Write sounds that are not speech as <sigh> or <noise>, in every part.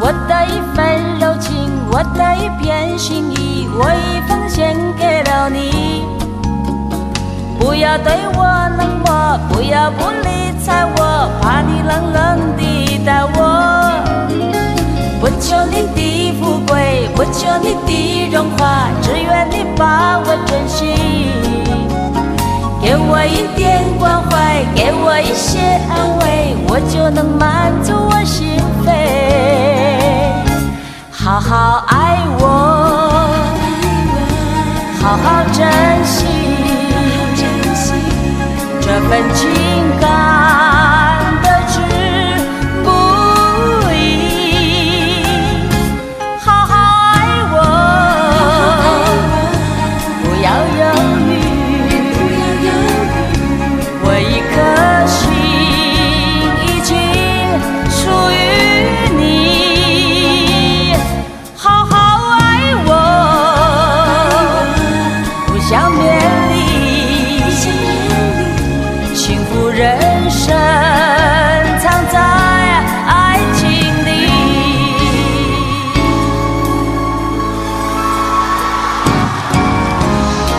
我的一份柔情，我的一片心意，我一份献给了你。不要对我冷漠，不要不理睬我，怕你冷冷地待我。不求你的富贵，不求你的荣华，只愿你把我珍惜。给我一点关怀，给我一些安慰，我就能满足我心扉。好好爱我，好好珍惜这份情感的值不易。好好爱我，不要犹豫，我一颗心已经属于你，好好爱我，不想勉励，幸福人生藏在爱情里。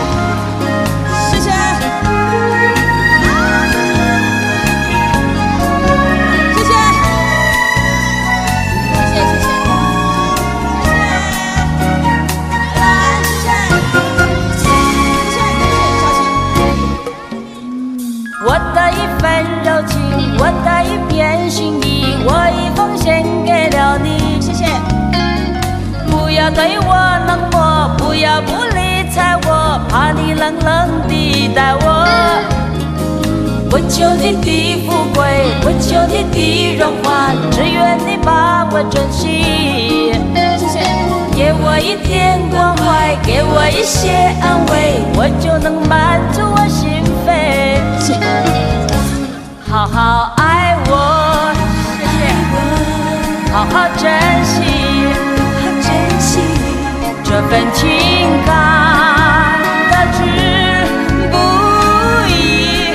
谢谢。谢谢，谢谢，谢谢，来，谢谢，谢谢，小心。我的一份柔情，我的一片心意，我已奉献给了你。谢谢。不要对我冷漠，不要不理睬我，怕你冷冷地待我。不求你的富贵，不求你的荣华，只愿你把我珍惜。给我一点关怀，给我一些安慰，我就能满足我心扉。好好爱我，谢谢。好好珍惜，这份情感的值不易。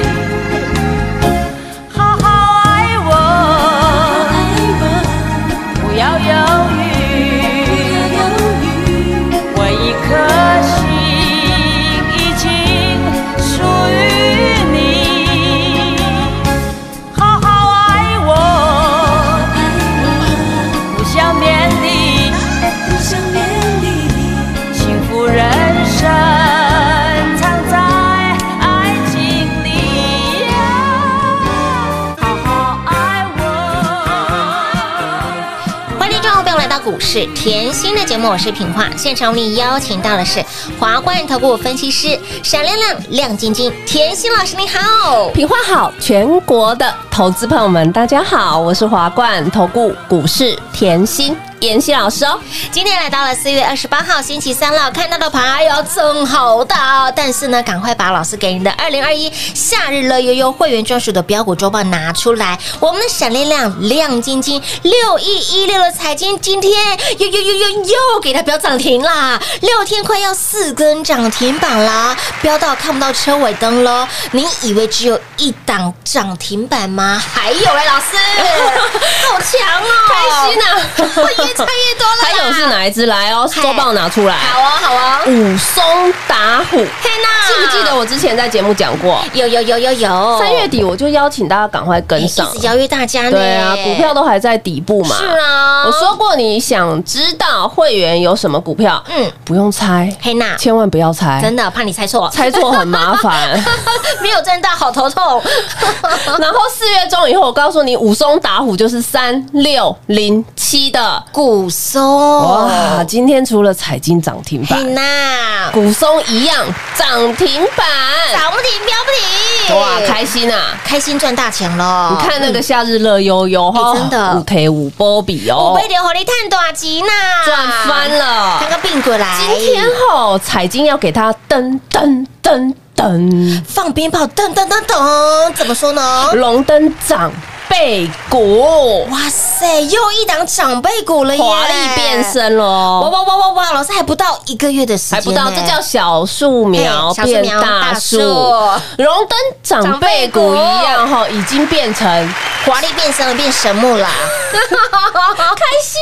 好好爱我，不要犹豫，我一颗心已经属于你。好好爱我，互相勉励，幸福人生藏在爱情里呀。好好爱我。欢迎听众朋友来到股市甜心的节目，我是品化。现场为你邀请到的是华冠投顾分析师闪亮亮、亮晶晶、甜心老师，你好。品花好，全国的投资朋友们，大家好，我是华冠投顾股市甜心妍希老师哦。今天来到了四月二十八号星期三了，看到的牌哟真好大哦！但是呢，赶快把老师给你的二零二一夏日乐悠悠会员专属的标股周报拿出来。我们的闪亮亮、亮晶晶六一一六的财经，今天又又又又又给它标涨停啦！六天快要四根涨停板啦，飙到看不到车尾灯喽！你以为只有一档涨停板吗？还有哎，老师， <laughs> 好强哦！开心啊 <laughs> 越猜越多了啦。还有是哪一只来哦？嗨周报拿出来，好哦，啊好哦，武松打虎，天哪！记不记得？我之前在节目讲过？有有有有有，三月底我就邀请大家赶快跟哦哎一上直，邀约大家呢。对啊，股票都还在底部嘛。是啊，我说过，你想知道会员有什么股票，嗯，不用猜，黑娜，千万不要猜，真的怕你猜错， <laughs> 猜错很麻烦。没有赚到，好头 <laughs> 痛。然后四月中以后，我告诉你，武松打虎就是三六零七的古松，哇，今天除了彩金涨停嘿板，呐，股松一样涨停板，涨不停，飙不停，哇，开心啊！开心赚大钱喽！你看那个夏日乐悠悠哎真的五赔五波比五哦倍，流啊火力探短集呢，赚翻刚了。刚并过来，今天吼，彩金要给他噔噔噔噔，放鞭炮，噔噔噔噔，怎么说呢？龙灯长辈股，哇塞，又一档长辈股了耶！华丽变，身哇喽。哎哇哇哇哇！老师还不到一个月的时间还呢，不到，这叫小树苗嘿小树苗变大大树树，荣登长辈股一样哈，已经变成华丽变身了，变神木 <laughs> 啦！开心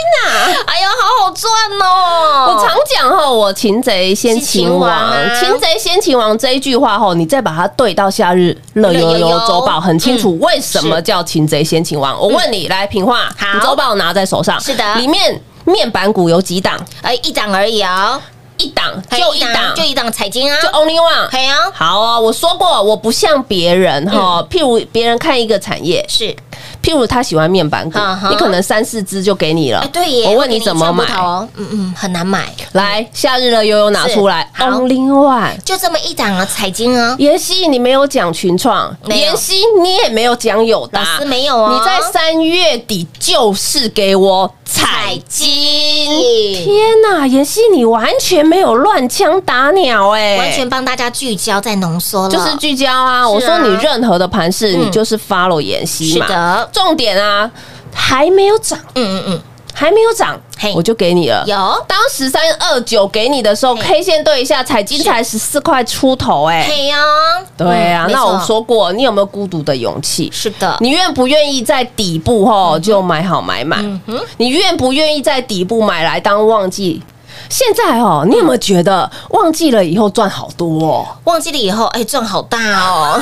呐、哎呀，好好赚哦！我常讲哈，我擒贼先擒是擒王王啊，擒贼先擒王这一句话哈，你再把它对到夏日乐悠乐悠悠悠周报，很清楚为什么是叫擒贼先擒王。我问你，来平话好，你周报拿在手上，是的里面面板股有几档？哎，一档而已哦，一档就一档，就一档彩金啊，就哦 only one，嘿啊，好哦，我说过，我不像别人哈、嗯譬如别人看一个产业，是譬如他喜欢面板股嗯哼你可能三四只就给你了。哎，对耶，哦我问你怎么买会给你一串木？头哦嗯嗯，很难买，来，夏日的悠悠拿出来是好，Only One。就这么一档啊，彩金啊，妍希，你没有讲群创，没有妍希你也没有讲友达，老师没有哦你在三月底就是给我彩踩。金。天呐，妍希你完全没有乱枪打鸟哎、完全帮大家聚焦在浓缩了，嗯就是聚焦啊！我说你任何的盘势，你就是 follow 妍希嘛。是的重点啊，还没有涨，嗯嗯嗯，还没有涨嘿，我就给你了。有当时三二九给你的时候嘿，K 线对一下，彩金才十四块出头，哎，嘿哦，对啊嗯。那我没错说过，你有没有孤独的勇气？是的，你愿不愿意在底部嗯吼就买好买满？你愿不愿意在底部买来当旺季？现在哦，你有没有觉得旺季了以后赚好多哦？忘记了以后，哎，赚好大 <laughs> 哦，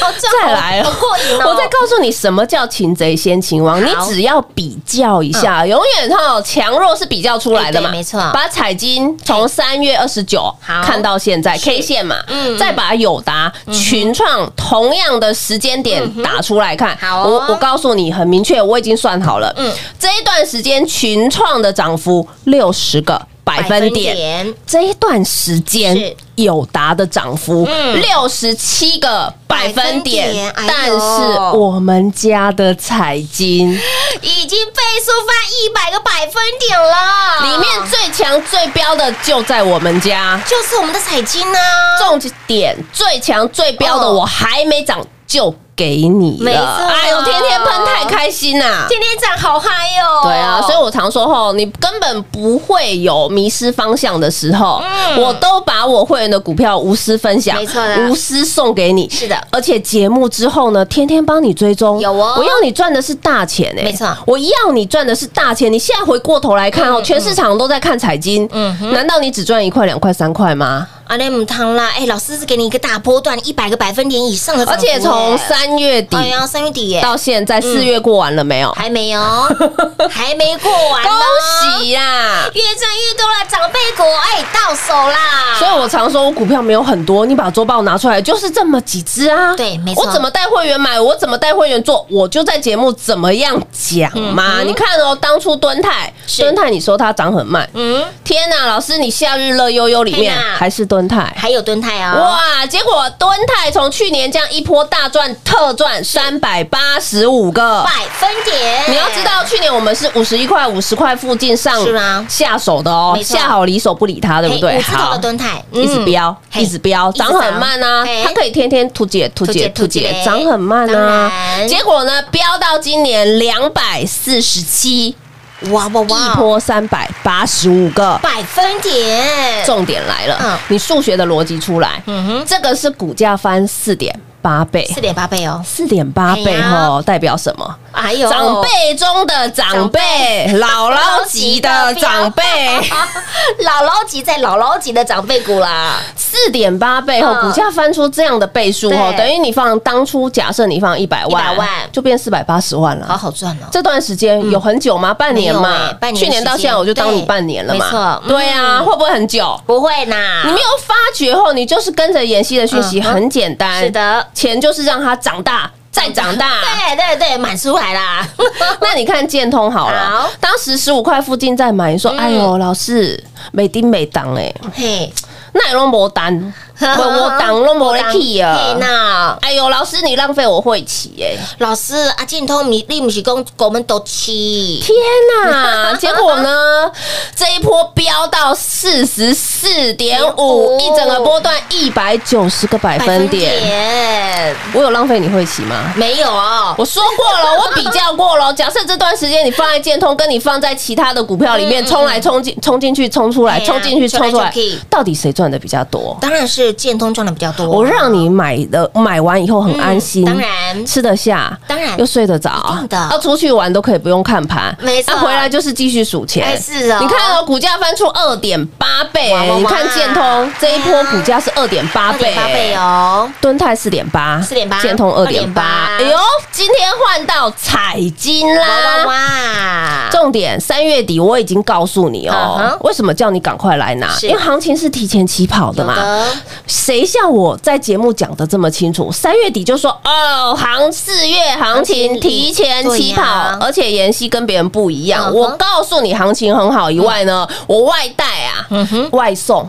好赚好再来哦好过瘾哦，我再告诉你什么叫擒贼先擒王，你好嗯只要比较一下，永远哈强弱是比较出来的嘛，哎对没错把彩金从三月二十九好看到现在 K 线嘛，嗯再把友达、群创同样的时间点打出来看。嗯好哦我我告诉你很明确，我已经算好了，嗯这一段时间群创的涨幅六十个百分点。点，这一段时是间友达的涨幅嗯六十七个百分百分点点哎呦，但是我们家的彩金里已经倍数翻一百个百分点了，面最强最标的就在我们家，就是我们的彩金啊呢，重点最强最标的哦我还没涨就给你没错了，哎呦，天天喷太开心啊啦！天天涨好嗨哦，对啊，所以我常说吼，你根本不会有迷失方向的时候。我都把我会员的股票无私分享，嗯没错的无私送给你。是的而且节目之后呢，天天帮你追踪。有哦我要你赚的是大钱哎，没错我要你赚的是大钱。你现在回过头来看哦，全市场都在看彩金，嗯难道你只赚一块、两块、三块吗？阿内姆汤啦，哎，老师是给你一个大波段，一百个百分点以哦上的涨而幅耶，且从三月底哎嗯呀三月底耶，到现在，四月过完了没有？还没有， <laughs> 还没过完呢，恭喜呀！越赚越多了，长辈股哎到手啦！所以我常说，我股票没有很多，你把周报拿出来，就是这么几只啊。对没错我怎么带会员买，我怎么带会员做，我就在节目怎么样讲嗯嘛。你看哦，当初敦泰，敦泰你说它涨很慢，嗯，天哪，老师你夏日乐悠悠里面天啊哪还是敦泰。还有蹲泰哦，哇！结果敦泰从去年这样一波大赚特赚三百八十五个，百分点，你要知道，去年我们是五十一块、五十块附近上是吗下手的哦没，错下好离手不理他，对嘿，不对？五字头的蹲泰，一直飙，嗯嘿一直飙，一直涨很慢啊嘿，它可以天天突解、突突解解、突突解解，涨很慢啊当然。结果呢，飙到今年两百四十七，一哇哇哇，波三百八十五个。百分点，重点来嗯了，你数学的逻辑出来，嗯哼，这个是股价翻四点八倍，四点八倍哦，四点八哎倍呀吼，代表什么？哎呦，长辈中的长辈，姥姥级的长辈， <laughs> 姥姥级在姥姥级的长辈股啦，四点八倍哦，嗯股价翻出这样的倍数哦对，等于你放当初假设你放一百万， 100万就变四百八十万好了。好赚哦，这段时间有很久吗？半年没有欸嘛，半年的去年到时间现在我就当你对半年了嘛，没错对啊，嗯会不会很久？不会啦，你没有发觉后，你就是跟着妍希的讯息，嗯哼很简单，是，的，钱就是让它长大。再长大。 <laughs> 对啊对对，满出来 <laughs> 啦。那你看建通好了，好当时十五块附近再买，你说、嗯哎呦，老师每丁每当哎，嘿，那也拢 <laughs> 无单，我我当拢无咧去嘿啊。那哎呦，老师你浪费我晦气哎！老师啊，建通你你不是讲我们都七，天哪！ <laughs> 结果呢，这一波飙到四十四点五，一整个波段一百九十个百分点。哦点我有浪费你晦气吗？没有哦。我说过了，我比较过了。假设这段时间你放在建通，跟你放在其他的股票里面嗯嗯冲来冲进、冲进去、冲出来、对啊冲进去、冲来冲出来冲去，到底谁赚的比较多？当然是建通赚的比较多，我让你买的买完以后很安心，嗯当然吃得下，当然又睡得着啊一定，的要出去玩都可以不用看盘，没错那回来就是继续数钱，哎是哦你看哦，股价翻出二点八倍哇哇，哇你看建通这一波股价是二点八二倍，点八倍。哦，敦泰四点八， 4.8建通二点2.8八，哎呦，今天换到彩金哇哇啦！哇，重点三月底我已经告诉你嗯哦哼，为什么叫你赶快来拿？是因为行情是提前起跑的有嘛。的谁像我在节目讲的这么清楚？三月底就说哦，行四月行情行情提前对起跑，呀而且妍希跟别人不一嗯样。哼嗯我告诉你，行情很好以外呢，我外带啊，<laughs> 外送，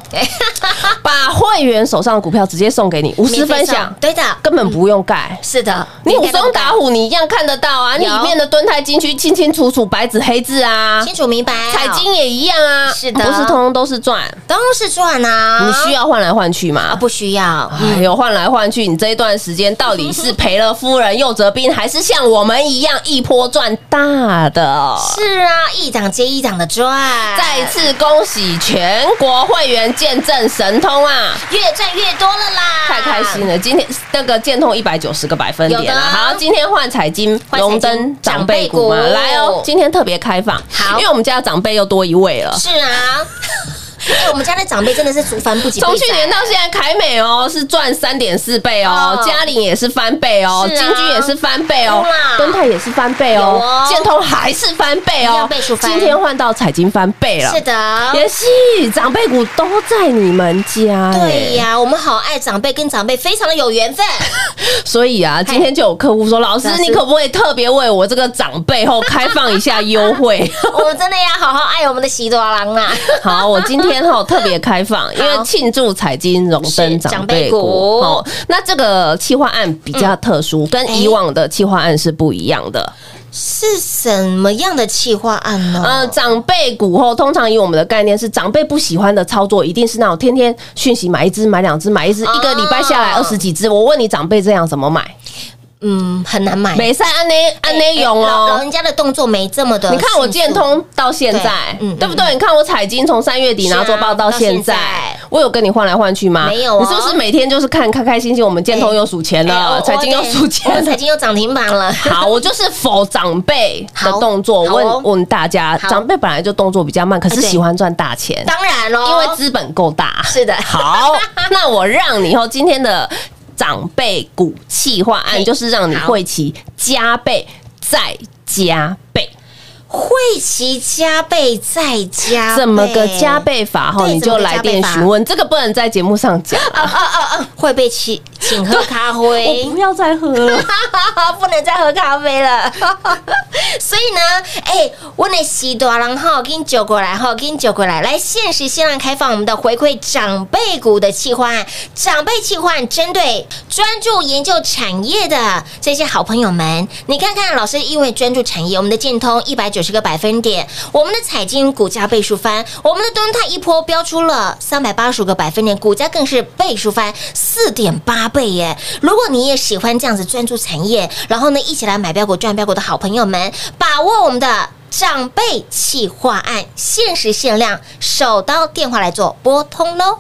把会员手上的股票直接送给你，无私分享，对的，根本不用盖。是的，你武松打虎，你一样看得到啊！你嗯有里面的蹲泰金区清清楚楚，白纸黑字啊，清楚明白，哦彩金也一样啊，是的不是通通都是赚，都是赚啊，你需要换来换去啊嘛？不需要？哎呦，换来换去，你这一段时间到底是赔了夫人又折兵，还是像我们一样一波赚大的？哦是啊，一档接一档的赚，再次恭喜全国会员见证神通啊！越赚越多了啦，太开心了！今天那个建通一百九十个百分有点的了、啊好，今天换彩金、换彩金荣登长辈股嘛，长辈股来哦！今天特别开放，好因为我们家的长辈又多一位了。是啊，哎，我们家的长辈真的是竹繁不及从备去载年到现在，凯美哦是赚三点四倍哦，哦嘉玲也是翻倍哦，是金啊居也是翻倍哦嗯啦，敦泰也是翻倍有哦哦，建通还是翻倍一哦样倍数，翻今天换到彩金翻倍了是。的。妍希，长辈股都在你们家，对、呀，我们好爱长辈，跟长辈非常的有缘 <laughs> 分，所以啊，今天就有客户说，老师老，师你可不可以特别为我这个长辈后开放一下优惠？我们真的要好好爱我们的喜多郎啊！好，我今天哈特别开放，因为庆祝彩金荣是登长辈长辈股嗯股哦。那这个企划案比较特殊，跟以往的企划案是不一样的。是什么样的企划案呢？呃，长辈股后通常以我们的概念是，长辈不喜欢的操作一定是那种天天讯息买一只、买两只、买一只，哦一个礼拜下来二十几只。我问你，长辈这样怎么买？嗯，很难买。美赛安内安内用哎老老哦。人家的动作没这么的。你看我建，通到现在，对嗯对不对？你看我彩金从三月底是啊啊拿做报到现在到现在，我有跟你换来换去吗？没有哦你是不是每天就是看开开心心？我们建通哎又数钱哎了，我财经又数我钱财了。经又涨停板了。 <laughs> 好，我就是否长辈的好动作，好哦问问大家，好长辈本来就动作比较慢，可是哎对喜欢赚大钱，当然喽，因为资本够大。是的 <laughs> 好，那我让你以后今天的长辈股气化案，嘿就是让你好会期加倍再加倍。会期加倍再加倍，怎么个加倍法哈？啊对你怎就么个来加倍电法询问，这个不能在节目上讲，会被请请喝咖我啡不，要再喝了。？<laughs> 不能再喝咖啡了。 <laughs> 所以呢，哎、我那西多郎哈，给你揪过来哈，给你揪过来，来限时限量开放我们的回馈长辈股的企划案，长辈企划案针对专注研究产业的这些好朋友们，你看看老师因为专注产业，我们的建通一百九十个百分点，我们的彩金股价倍数翻，我们的东泰一波标出了三百八十五个百分点，股价更是倍数翻四点八倍耶！如果你也喜欢这样子专注产业，然后呢一起来买标股赚标股的好朋友们，把握我们的。长辈企划案限时限量，手刀电话来做拨通喽！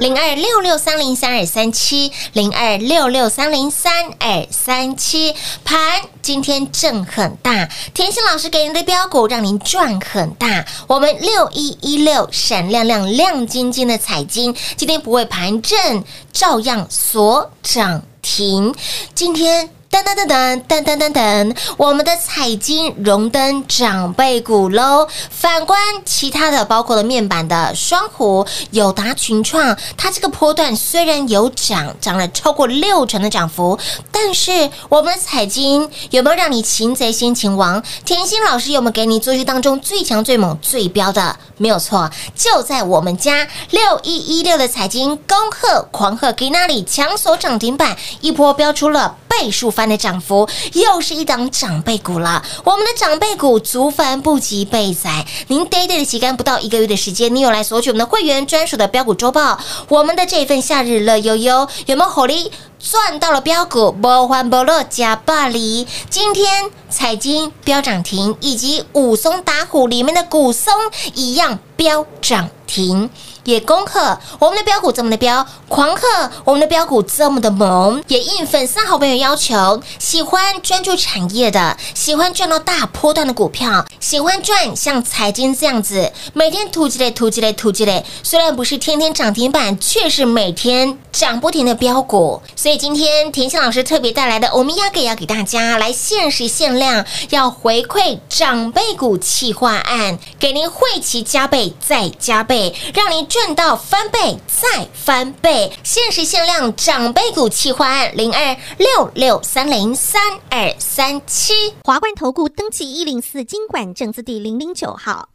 零二六六三零三二三七，零二六六三零三二三七。盘今天震很大，甜心老师给您的标股让您赚很大。我们六一一六闪亮亮、亮晶晶的彩金，今天不会盘震，照样锁涨停。今天。噔噔噔噔噔噔噔噔，我们的彩金荣登长辈股喽。反观其他的，包括了面板的双虎、友达、群创，它这个波段虽然有涨，涨了超过六成的涨幅，但是我们的彩金有没有让你擒贼先擒王？甜心老师有没有给你做去当中最强、最猛、最标的？没有错，就在我们家六一一六的彩金恭贺狂贺给那里强锁涨停板，一波标出了倍数翻的涨幅，又是一档长辈股了。我们的长辈股足繁不及备载，您 day day 的期间不到一个月的时间，你有来索取我们的会员专属的标股周报，我们的这份夏日乐悠悠有没有火力？赚到了标股，波欢波乐加巴黎。今天彩金飙涨停，以及武松打虎里面的古松一样飙涨停。也恭贺我们的标股这么的标，狂贺我们的标股这么的萌，也应粉丝好朋友要求，喜欢专注产业的，喜欢赚到大波段的股票，喜欢赚像财经这样子，每天突击类、突击类、突击类，虽然不是天天涨停板，却是每天涨不停的标股。所以今天田心老师特别带来的，我们压给要给大家来限时限量，要回馈长辈股企划案，给您汇齐加倍再加倍，让您赚到翻倍再翻倍。限时限量长辈股企划案零二六六三零三二三七。华冠投顾登记一零四经管证字第零零九号。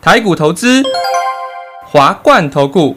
台股投资，华冠投顾。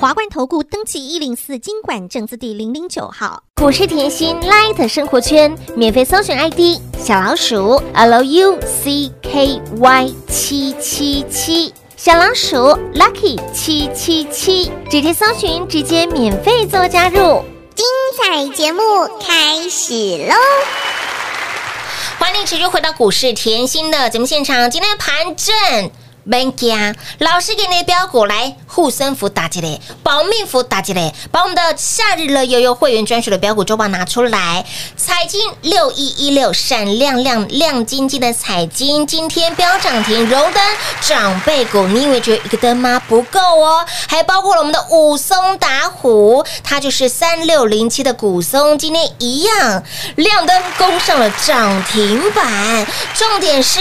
华冠投顾登记一零四经管证字第零零九号。股市甜心 Light 生活圈免费搜寻 ID 小老鼠 lucky 七七七，小老鼠 Lucky 七七七，直接搜寻，直接免费做加入。精彩节目开始喽！欢迎持续回到股市甜心的节目现场。今天的盘正。Ben 家老师给你的标股来护身符打起来，保命符打起来，把我们的夏日乐悠悠会员专属的标股周报拿出来。彩金六一一六闪亮亮亮晶晶的彩金，今天标涨停，荣登长辈股。你以为只有一个灯吗？不够哦，还包括了我们的武松打虎，它就是三六零七的古松，今天一样亮灯攻上了涨停板。重点是。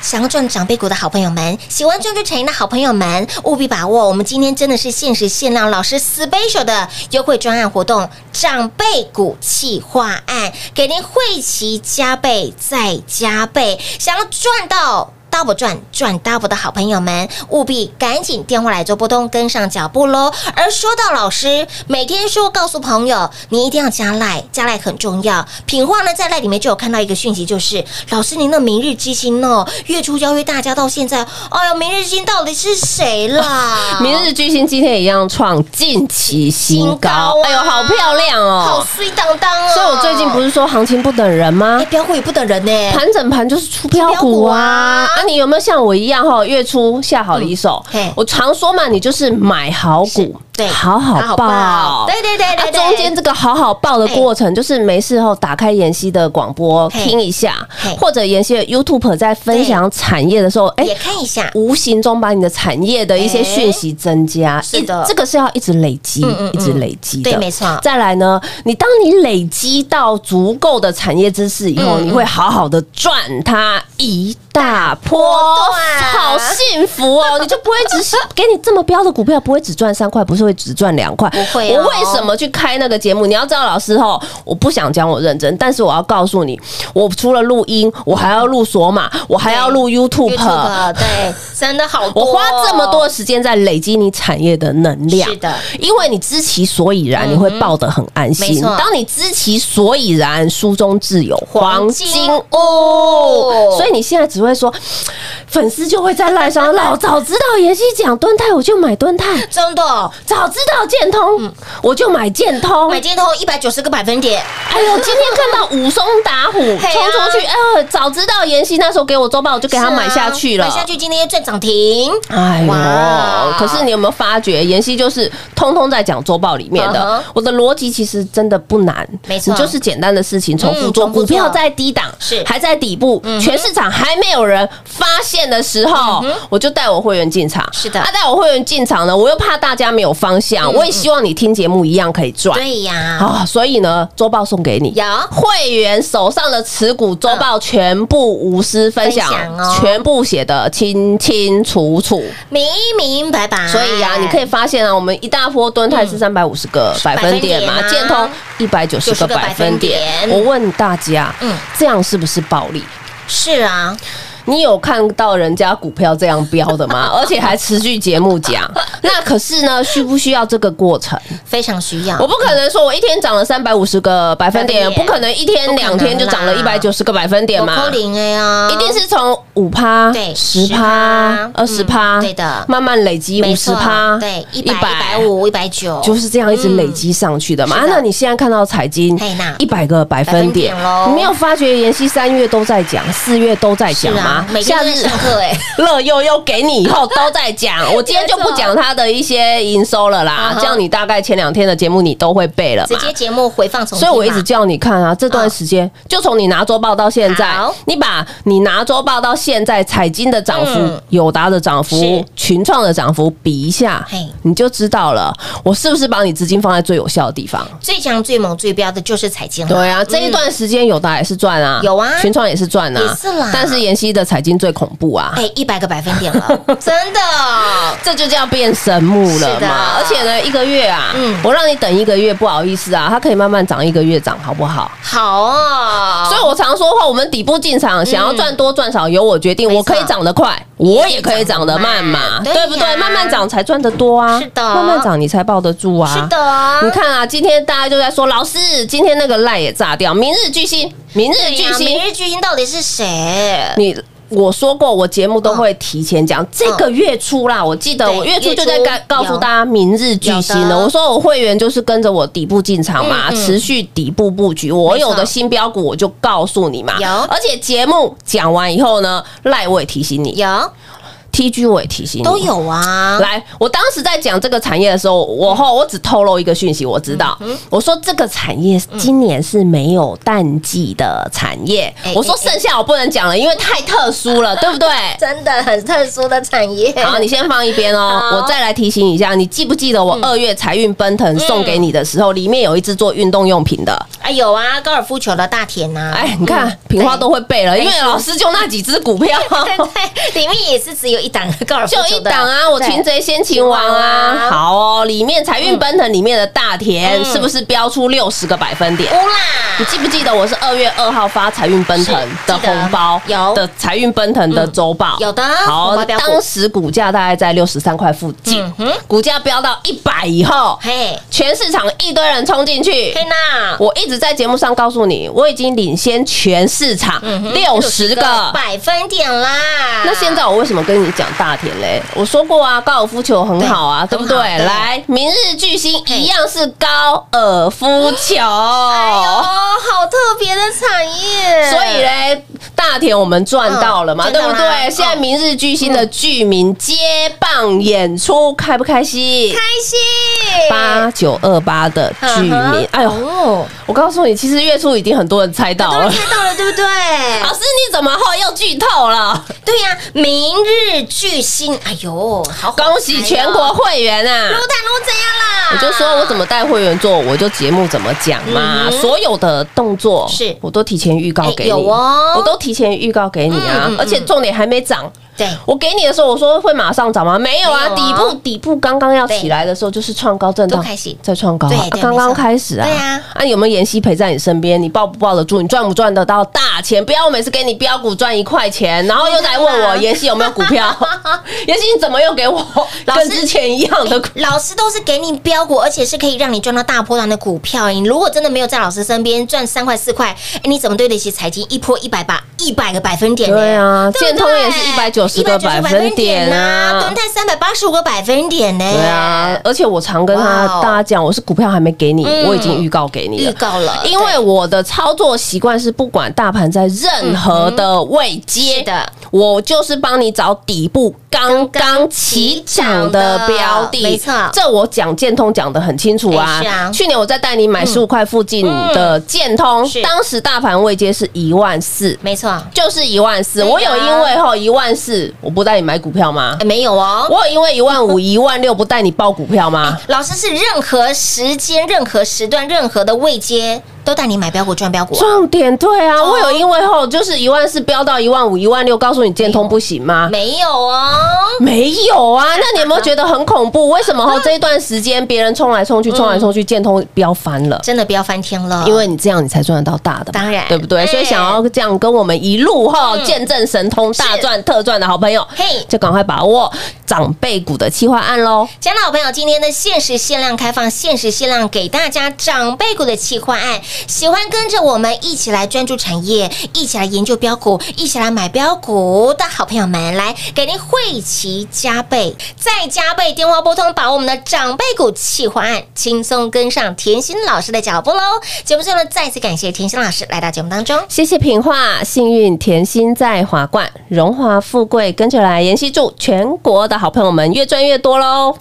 想要赚长辈股的好朋友们，喜欢专注产业的好朋友们，务必把握！我们今天真的是限时限量，老师 special 的优惠专案活动——长辈股企划案，给您汇齐加倍再加倍。想要赚到 double 赚赚 double 的好朋友们，务必赶紧电话来做拨通，跟上脚步喽！而说到老师，每天说告诉朋友，你一定要加赖，加赖很重要。品化呢，在赖里面就有看到一个讯息，就是老师您的明日之星哦，月初邀约大家到现在，哎呦，明日之星到底是谁啦明日巨星今天也一样创近期新高，啊哎呦，好漂亮好哦！碎当当哦！所以我最近不是说行情不等人吗哎，？标股也不等人呢、盘整盘就是出哎标出标股股啊！啊啊，你有没有像我一样哈、月初下好离手嗯嘿？我常说嘛，你就是买好股，对，好好报，对对对啊，对对，中间这个好好报的过程，就是没事后打开妍希的广播嘿听一下嘿，或者妍希的 YouTube 在分享产业的时候，哎也，看一下，无形中把你的产业的一些讯息增加，是的一这个是要一直累积嗯嗯，一直累积的，对没错再来呢，你当你累积到足够的产业知识以后，嗯嗯你会好好的赚它一大波大波段， <laughs> 好幸福哦！你就不会只是给你这么标的股票，不会只赚三块，不是会只赚两块。不会哦我为什么去开那个节目？你要知道，老师吼，我不想讲我认真，但是我要告诉你，我除了录音，我还要录索马，我还要录 YouTube。 YouTube，对，啊真的好多我哦，花这么多时间在累积你产业的能量，是的，嗯因为你知其所以然，你会抱得很安没心。错当你知其所以然，书中自有黄黄金金哦屋。所以你现在只会说，粉丝就会在赖上，老早知道妍希讲蹲泰，我就买蹲泰；真的早知道建通，我就买建通。嗯买进头一百九十个百分点，哎呦，今天看到武松打虎 <laughs> 冲嘿啊出去，哎呦，早知道妍希那时候给我周报，我就给他是啊买下去了。买下去今天又赚涨停，哎哇呦！可是你有没有发觉，妍希就是通通在讲周报里面的。嗯哼我的逻辑其实真的不难，没错嗯你就是简单的事情重复做。重复做股票在低档，是嗯还在底部，全市场还没有人发现的时候，我就带我会员进场。是的嗯啊，带我会员进场呢，我又怕大家没有方向，我也希望你听节目一样可以赚。对呀，啊，所以呢，周报送给你。有会员手上的持股周报全部无私分享，嗯分享哦全部写的清清楚楚。明明白白，所以啊，你可以发现啊，我们一大波蹲泰是三百五十个百分点嘛嗯百，分点建啊通一百九十90个个百分点百分。点我问大家，嗯这样是不是暴利？是啊，你有看到人家股票这样标的 <laughs> 吗？而且还持续节目讲，那可是呢，需不需要这个过程？啊非常需要我，不可能说我一天涨了三百五十个百分嗯百点分，点不可能一天两天就涨了不可能啦一啊百九十个百分点嘛。扣零哎呀，一定是从五趴、对十趴10%、二十趴，嗯对的慢慢累积五没十错趴，对，一百一百五一百九，就是这样一直累积上去的嗯嘛。啊哦是的那你现在看到彩金嘿那一百个百分点百分点咯，你没有发觉妍希三月都在讲，四月都在是讲吗啊，？每天都夏在日上课 <laughs> 哎，乐悠悠给你以后都在 <laughs> 讲，我今天就不讲他的一些营收了啦嗯，哼这样你大概前两天的节目你都会背了直嘛。接节目回放重听所嘛，以我一直叫你看啊，这段时间就从你拿周报到现在好，你把你拿周报到现在彩金的涨幅嗯、友达的涨是幅、群创的涨幅比一下嘿，你就知道了，我是不是把你资金放在最有效的地方？最强最猛最标的就是彩金了，对啊，这一段时间友达也是赚啊，嗯有啊群创也是赚啊，也是啦但是妍希的彩金最恐怖啊，哎，一百个百分点 <laughs> 了，真的，这就叫变神木了是的嘛！而且呢，一个月啊，嗯我让你等一个月，不好意思啊，它可以慢慢涨一个月涨，好不好？好哦，所以我常说话，我们底部进场，想要赚多赚少由我决定，没错我可以涨得快，我也可以涨得慢嘛，对呀对不对？慢慢涨才赚得多啊，是的慢慢涨你才抱得住啊，是。的，你看啊，今天大家就在说，老师，今天那个赖也炸掉，明日巨星，明日对呀巨星明，日巨星到底是谁？你我说过，我节目都会提前讲，这个月初啦，我记得嗯对我月初就在月初告告诉大家明日巨星有了。的我说我会员就是跟着我底部进场嘛，嗯嗯持续底部布局，我有的新标股我就告诉你嘛有。而且节目讲完以后呢，赖我也提醒你有，TG 我也提醒你，都。有啊，来，我当时在讲这个产业的时候，我后我只透露一个讯息，我知道，嗯我说这个产业今年是没有淡季的产业哎，我说哎哎剩下我不能讲了，因为太特殊了，对不对？真的很特殊的产业。好，你先放一边哦，哎好我再来提醒一下，你记不记得我二月财运奔腾送给你的时候，里面有一只做运动用品的？啊有啊，高尔夫球的大田呐、啊，哎，你看嗯平花都会背了，因没为错老师就那几只 <laughs> 股票。对对，对里面也是只有一档高尔夫 <laughs> 就球一的档啊，我对擒贼先擒 <laughs> 王擒啊王啊！好哦，里面财运奔腾里面的大田嗯哦是不是标出六十个百分点？乌啦你，记不记得我是二月二号发财运奔腾的记得红包，有嗯的财运奔腾的周报，有的红好包，标股当时股价大概在六十三块附近嗯哼，股价飙到一百以后，嘿，全市场一堆人冲进去。嘿娜，我一直在节目上告诉你，我已经领先全市场嗯六十个。百分点啦。那现在我为什么跟你讲大田嘞？我说过啊，高尔夫球很好啊，对对不对？很好对来，明日巨星一样是高尔夫球。哎呦，好特别的产业，哦所以嘞，大田我们赚到了嘛，嗯对不赚到啦对？现在明日巨星的剧名接棒演出，开不开心？开心八九二八的剧嗯哼名，哎呦，哦，我告诉你，其实月初已经很多人猜到都了。看到了，对不对？ <laughs> 老师，你怎么后又剧透了？对呀，明日巨星，哎呦，好哦火恭喜全国会员啊！撸蛋撸怎样啦？我就说我怎么带会员做，我就节目怎么讲嘛，所有的动作嗯是我都提前预告给你，哎有哦我都提前预告给你啊嗯嗯嗯，而且重点还没涨，对我给你的时候，我说会马上涨吗？没有啊，没有底啊部底部刚刚要起来的时候，就是创高震荡，都开始在创高啊，对啊对刚没刚错开始啊。对啊，啊，有没有妍希陪在你身边？你抱不抱得住？你赚不赚得到大钱？不要我每次给你标股赚一块钱，然后又来问我妍希有没有股票？ <laughs> 妍希你怎么又给我老师跟之前一样的股？哎老师都是给你标股，而且是可以让你赚到大波段的股票。哎你如果真的没有在老师身边赚三块四块，哎，你怎么对得起财经一波一百把一百个百分点呢？对啊对不对建通也是190个190百分点啊敦泰三百八十五个百分点呢。对啊，，而且我常跟他哇哦大家讲，我是股票还没给你，嗯我已经预告给你预了。告了，因为我的操作习惯是，不管大盘在任何的位对阶嗯是，的，我就是帮你找底部刚刚起涨的标的，没错这我讲建通讲的很清楚啊哎是啊。去年我在带你买十五块附近的建通是，当时大盘位阶是一万四。没错，就是一万四，对啊我有因为吼一万四，我不带你买股票吗哎？没有哦。哎我有因为一万五、一万六不带你报股票吗？老师是任何时间、任何时段、任何的位阶都带你买标股赚标股啊、重点对啊，我有因为吼就是一万四飙到一万五、一万六，告诉你建通不行吗？没有哦。没有啊，那你有没有觉得很恐怖？为什么哈这一段时间别人冲来嗯冲去，冲来冲去，建通飙翻了？真的不要翻天了，因为你这样你才赚得到大啊的嘛，当然对不对？哎所以想要这样跟我们一路哈见证神通大赚特赚的好朋友，嘿就赶快把握长辈股的企划案喽。讲老朋友，今天的限时限量开放，限时限量给大家长辈股的企划案。喜欢跟着我们一起来专注产业，一起来研究标股，一起来买标股的好朋友们，来给您汇齐加倍，再加倍电话拨通，把我们的长辈股企划案轻松跟上甜心老师的脚步喽。节目最后呢，再次感谢甜心老师来到节目当中。谢谢品画，幸运甜心在华冠，荣华富贵跟着来。妍希祝全国的好朋友们越赚越多喽！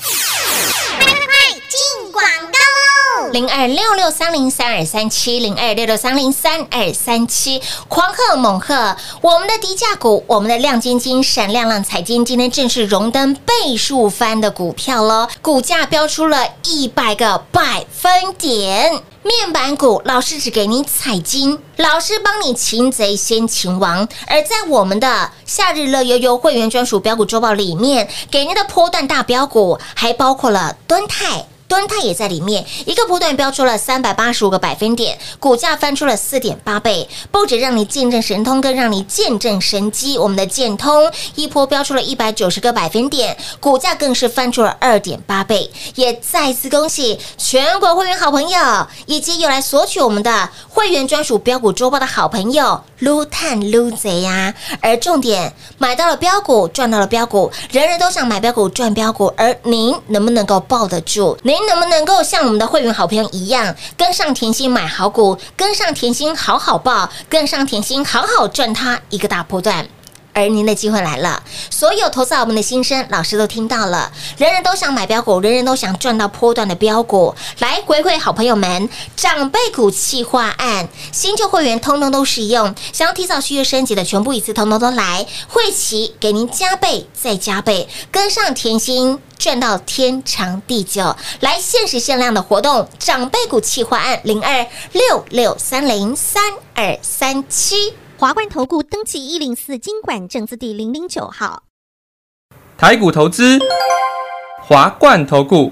进广告喽！零二六六三零三二三七零二六六三零三二三七，狂贺猛贺！我们的低价股，我们的亮晶晶、闪亮亮彩金，今天正式荣登倍数翻的股票喽，股价飙出了一百个百分点。面板股，老师只给你彩金，老师帮你擒贼先擒王。而在我们的夏日乐悠悠会员专属标股周报里面，给您的波段大标股，还包括了敦泰。敦泰也在里面，一个波段标出了三百八十五个百分点，股价翻出了四点八倍，不止让你见证神通，更让你见证神机。我们的建通一波标出了一百九十个百分点，股价更是翻出了二点八倍，也再次恭喜全国会员好朋友，以及有来索取我们的会员专属标股周报的好朋友，撸探撸贼呀、而重点，买到了标股，赚到了标股，人人都想买标股赚标股，而您能不能够抱得住？您能不能够像我们的会员好朋友一样，跟上甜心买好股，跟上甜心好好抱，跟上甜心好好赚它一个大波段？而哎您的机会来了，所有投资我们的心声，老师都听到了。人人都想买标股，人人都想赚到波段的标股。来回馈好朋友们，长辈股企划案，新旧会员通通都适用。想要提早续约升级的，全部一次通通都来。会期给您加倍再加倍，跟上甜心。赚到天长地久，来限时限量的活动，长辈股企划案零二六六三零三二三七。华冠投顾登记一零四经管证字第零零九号。台股投资，华冠投顾。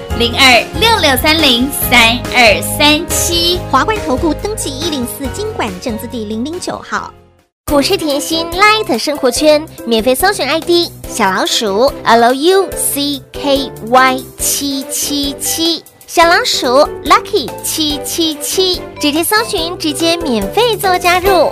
零二六六三零三二三七。华冠投顾登记一零四经管证字第零零九号。股市甜心 Light 生活圈免费搜寻 ID 小老鼠 Lucky 七七七，小老鼠 Lucky 七七七，直接搜寻，直接免费做加入。